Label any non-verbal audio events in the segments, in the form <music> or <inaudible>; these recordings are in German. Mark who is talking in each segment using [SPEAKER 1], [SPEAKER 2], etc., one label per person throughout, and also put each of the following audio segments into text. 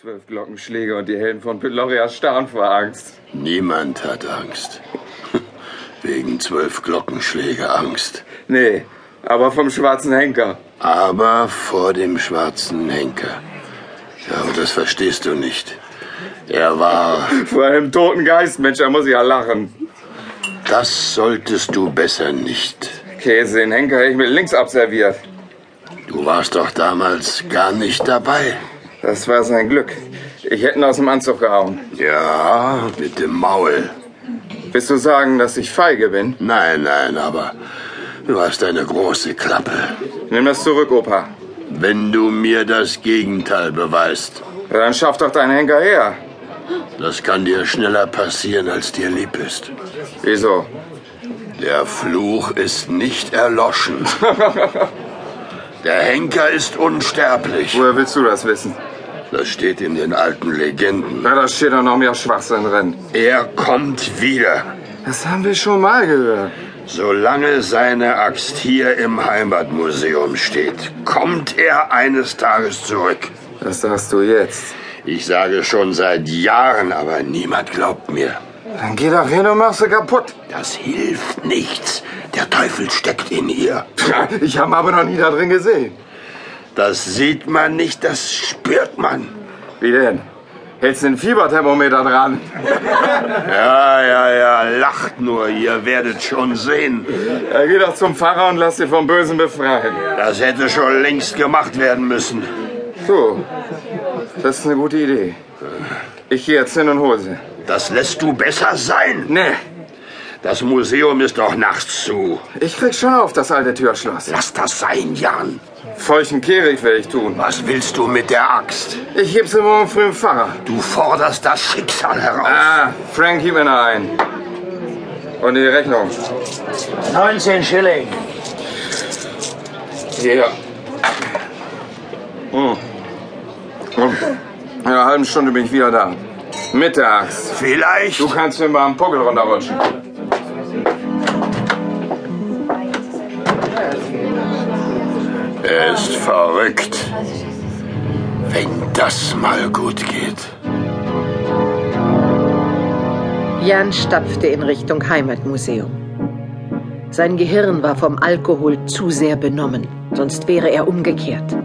[SPEAKER 1] Zwölf Glockenschläge und die Helden von Peloria starren vor Angst.
[SPEAKER 2] Niemand hat Angst. <laughs> Wegen zwölf Glockenschläge Angst.
[SPEAKER 1] Nee, aber vom schwarzen Henker.
[SPEAKER 2] Aber vor dem schwarzen Henker. Ja, und das verstehst du nicht. Er war.
[SPEAKER 1] Vor einem toten Geist, Mensch, da muss ich ja lachen.
[SPEAKER 2] Das solltest du besser nicht.
[SPEAKER 1] Käse, den Henker hätte ich mit links abserviert.
[SPEAKER 2] Du warst doch damals gar nicht dabei.
[SPEAKER 1] Das war sein Glück. Ich hätte ihn aus dem Anzug gehauen.
[SPEAKER 2] Ja, mit dem Maul.
[SPEAKER 1] Willst du sagen, dass ich feige bin?
[SPEAKER 2] Nein, nein, aber du hast eine große Klappe.
[SPEAKER 1] Nimm das zurück, Opa.
[SPEAKER 2] Wenn du mir das Gegenteil beweist,
[SPEAKER 1] Ja, dann schaff doch deinen Henker her.
[SPEAKER 2] das kann dir schneller passieren, als dir lieb ist.
[SPEAKER 1] Wieso?
[SPEAKER 2] Der Fluch ist nicht erloschen. Der Henker ist unsterblich.
[SPEAKER 1] Woher willst du das wissen?
[SPEAKER 2] Das steht in den alten Legenden.
[SPEAKER 1] Na, da steht doch noch mehr Schwachsinn drin.
[SPEAKER 2] Er kommt wieder.
[SPEAKER 1] Das haben wir schon mal gehört.
[SPEAKER 2] Solange seine Axt hier im Heimatmuseum steht, kommt er eines Tages zurück.
[SPEAKER 1] Das sagst du jetzt.
[SPEAKER 2] Ich sage schon seit Jahren, aber niemand glaubt mir.
[SPEAKER 1] Dann geh doch hin und mach sie kaputt.
[SPEAKER 2] Das hilft nichts. Der Teufel steckt in ihr.
[SPEAKER 1] Ich habe aber noch nie da drin gesehen.
[SPEAKER 2] Das sieht man nicht, das spürt man.
[SPEAKER 1] Wie denn? Hältst den Fieberthermometer dran?
[SPEAKER 2] Ja, ja, ja, lacht nur, ihr werdet schon sehen.
[SPEAKER 1] Ja, geh doch zum Pfarrer und lass dich vom Bösen befreien.
[SPEAKER 2] Das hätte schon längst gemacht werden müssen.
[SPEAKER 1] So, das ist eine gute Idee. Ich gehe jetzt hin und hole sie. Ne,
[SPEAKER 2] Das lässt du besser sein.
[SPEAKER 1] Nee,
[SPEAKER 2] Das Museum ist doch nachts zu.
[SPEAKER 1] ich krieg schon auf das alte Türschloss.
[SPEAKER 2] Lass das sein, Jan.
[SPEAKER 1] Feuchten Kehrig werde ich tun.
[SPEAKER 2] Was willst du mit der Axt?
[SPEAKER 1] Ich gebe sie morgen früh dem Pfarrer.
[SPEAKER 2] Du forderst das Schicksal heraus.
[SPEAKER 1] Ah, Frank, gib mir eine ein. Und die Rechnung.
[SPEAKER 3] 19 Schilling.
[SPEAKER 1] Ja. Hm. Hm. In einer halben Stunde bin ich wieder da. Mit der Axt.
[SPEAKER 2] Vielleicht.
[SPEAKER 1] Du kannst mir mal am Puckel runterrutschen.
[SPEAKER 2] Er ist verrückt. Wenn das mal gut geht.
[SPEAKER 4] Jan stapfte in Richtung Heimatmuseum. Sein Gehirn war vom Alkohol zu sehr benommen, sonst wäre er umgekehrt.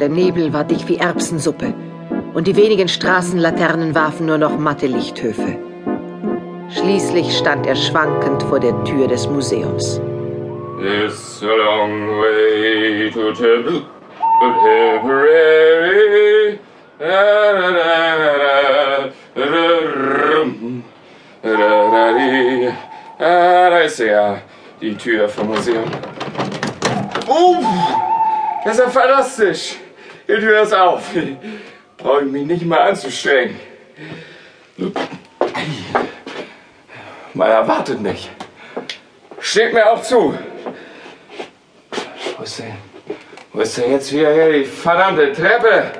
[SPEAKER 4] Der Nebel war dicht wie Erbsensuppe und die wenigen Straßenlaternen warfen nur noch matte Lichthöfe. Schließlich stand er schwankend vor der Tür des Museums.
[SPEAKER 1] It's a long way to Tem- to Tipperary. Ah, da ist sie ja. Die Tür vom Museum. Oh, das ist ja fantastisch. Die Tür ist auf. Brauche ich mich nicht mal anzustrengen. Man erwartet nicht. Steht mir auch zu. Wo ist denn? Wo ist denn jetzt wieder her, die verdammte Treppe?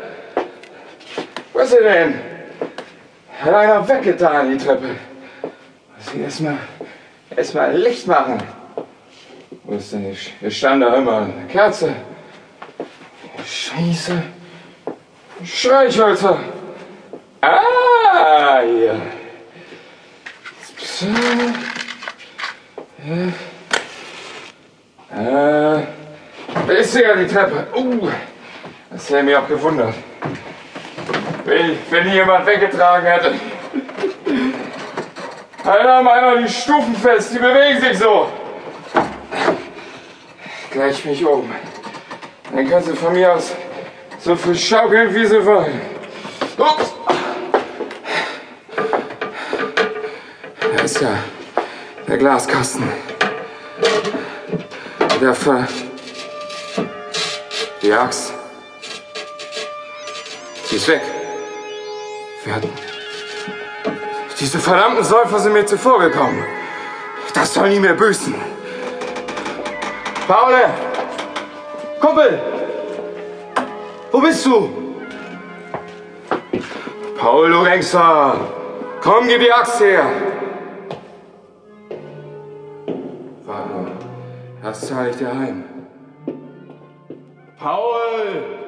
[SPEAKER 1] Wo ist sie denn? Hat einer weggetan, die Treppe. Muss ich erstmal erst mal Licht machen. Wo ist denn? Ich, ich stand da immer eine Kerze. Scheiße. Streichhölzer. Ah, hier. So. Äh, da ist sie ja die Treppe. Uh, das hätte mich auch gewundert. Wenn, wenn die jemand weggetragen hätte. Halt Alter, mach einmal die Stufen fest, die bewegen sich so. Gleich mich um. Dann kannst du von mir aus so viel schaukeln, wie sie wollen. Ups. Da ist ja der Glaskasten. Der Fall. Die Axt. Die ist weg. Wir hatten. Diese verdammten Säufer sind mir zuvorgekommen. Das soll nie mehr büßen. Paul! Kumpel! Wo bist du? Paul, du Gangster! Komm, gib die Axt her! Warte mal. Das zahle ich dir heim. Paul!